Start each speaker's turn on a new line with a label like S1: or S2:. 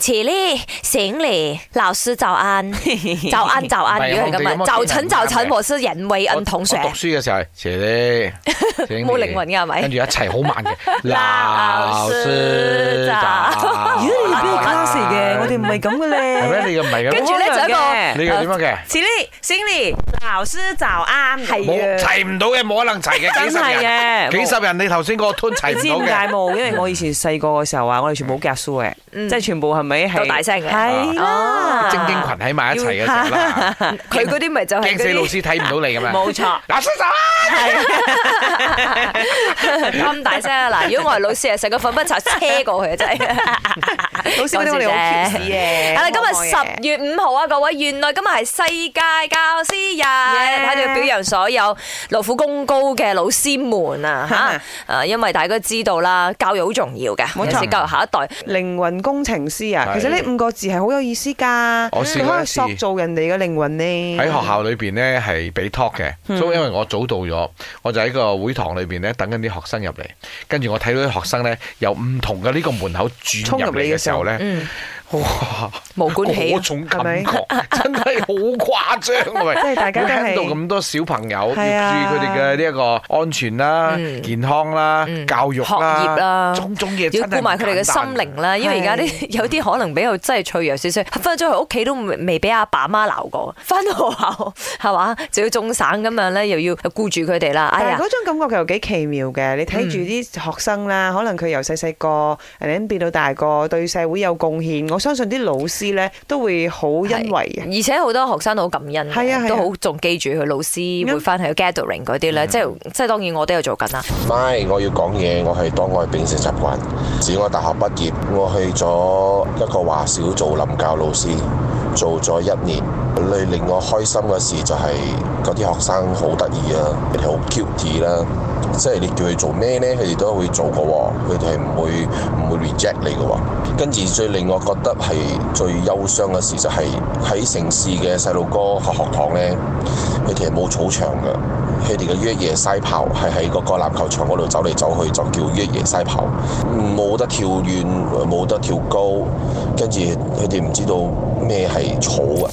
S1: 遲咧醒嚟，老師早 安，早安早安，如果係咁啊，早晨早晨，我是人為恩同學
S2: 我，讀書嘅時候係斜 啲，
S1: 冇靈魂嘅係咪
S2: 跟住一齊好 慢嘅，
S1: 老師
S2: 老
S1: 咋
S2: 師
S3: 咦，你哋邊個 class 嚟嘅？我
S2: 係
S3: 哋唔係咁嘅
S2: 咩？
S3: 咧。
S2: 你嘅唔 係
S1: 跟住
S2: 嘅，
S1: 咧就一個
S2: 你嘅點樣嘅？
S4: 小麗，小麗，老師早安。
S2: 冇
S3: 係啊，
S2: 齊唔到嘅，冇可能 齊嘅，幾
S4: 真
S2: 十人，
S4: 係嘅
S2: 幾十人，你頭先嗰個吞
S3: 你
S2: 齊
S3: 知點
S2: 唔到嘅
S3: 解。冇？因為我以前細個嘅時候啊，我哋全部好夾蘇嘅，即係全部係咪係
S1: 夠大聲嘅
S3: 係啦，
S2: 精英群喺埋一齊嘅時候 啦，
S1: 佢嗰啲咪就係
S2: 驚死老
S1: 嗰
S2: 師睇唔到你咁樣。
S3: 冇錯。
S2: 老師走啊！
S1: 啲咁大聲啊！嗱，如果我係老師啊，成個粉筆擦車過去啊，真係。
S3: 老師覺得我哋好 cute
S1: 係
S3: 嘅。
S1: 啦，
S3: 好可
S1: 今
S3: 愛嘅
S1: 日十月五號啊，各位，原來今日係世界教師日，喺度表揚所有勞苦功高嘅老師們啊吓！誒，因為大家都知道啦，教育好重要嘅，尤
S3: 冇錯
S1: 其是教育下一代。
S3: 靈魂工程師啊，
S2: 係
S3: 其實呢五個字係好有意思㗎，
S2: 我試
S3: 佢
S2: 過
S3: 可
S2: 一
S3: 以
S2: 次
S3: 塑造人哋嘅靈魂呢。
S2: 喺學校裏邊咧係俾 talk 嘅，所以因為我早到咗，我就喺個會堂裏邊咧等緊啲學生入嚟，跟住我睇到啲學生咧由唔同嘅呢個門口轉
S3: 衝入
S2: 入嚟
S3: 嚟
S2: 嘅
S3: 嘅
S2: 時
S3: 時
S2: 候
S3: 候
S2: 咧，哇！
S1: 毛管起
S2: 嗰種感覺真係好誇張啊！喂，
S3: 即係大家都係
S2: 到咁多小朋友，要注意
S3: 係啊
S2: 佢哋嘅呢一個安全啦、健康啦、教育
S1: 學業啦
S2: 種種嘢，
S1: 要顧埋佢哋嘅心靈。啦，因為而家啲
S3: 係
S1: 有啲可能比較真係脆弱少少，翻咗去屋企都未未俾阿爸媽鬧過，翻到學校係嘛，就要中省咁樣咧，又要顧住佢哋啦。哎
S3: 但
S1: 呀嗯
S3: 係，嗰種感覺又幾奇妙嘅，你睇住啲學生啦，可能佢由細細個，人哋變到大個，對社會有貢獻，我相信啲老師咧都會好欣慰嘅。
S1: 而且好多學生都好感恩嘅，
S3: 係啊係啊嗯
S1: 都好仲記住佢老師
S3: 啱
S1: 會翻去 gathering 嗰啲咧，即係即係當然我都有做緊啦。
S5: 咪，我要講嘢，我係當我係秉承習慣。自我大學畢業，我去咗一個華小做臨教老師，做咗一年。最令我開心嘅事就係嗰啲學生好得意啊，佢哋好 cute 啦，即係你叫佢做咩呢？佢哋都會做嘅喎，佢哋係唔會唔會 reject 你嘅喎。跟住最令我覺得係最憂傷嘅事就係喺城市嘅細路哥學學堂呢，佢哋係冇草場嘅。佢哋嘅越野西跑係喺嗰個籃球場嗰度走嚟走去，就叫越野西跑，冇得跳遠，冇得跳高，跟住佢哋唔知道咩係草啊！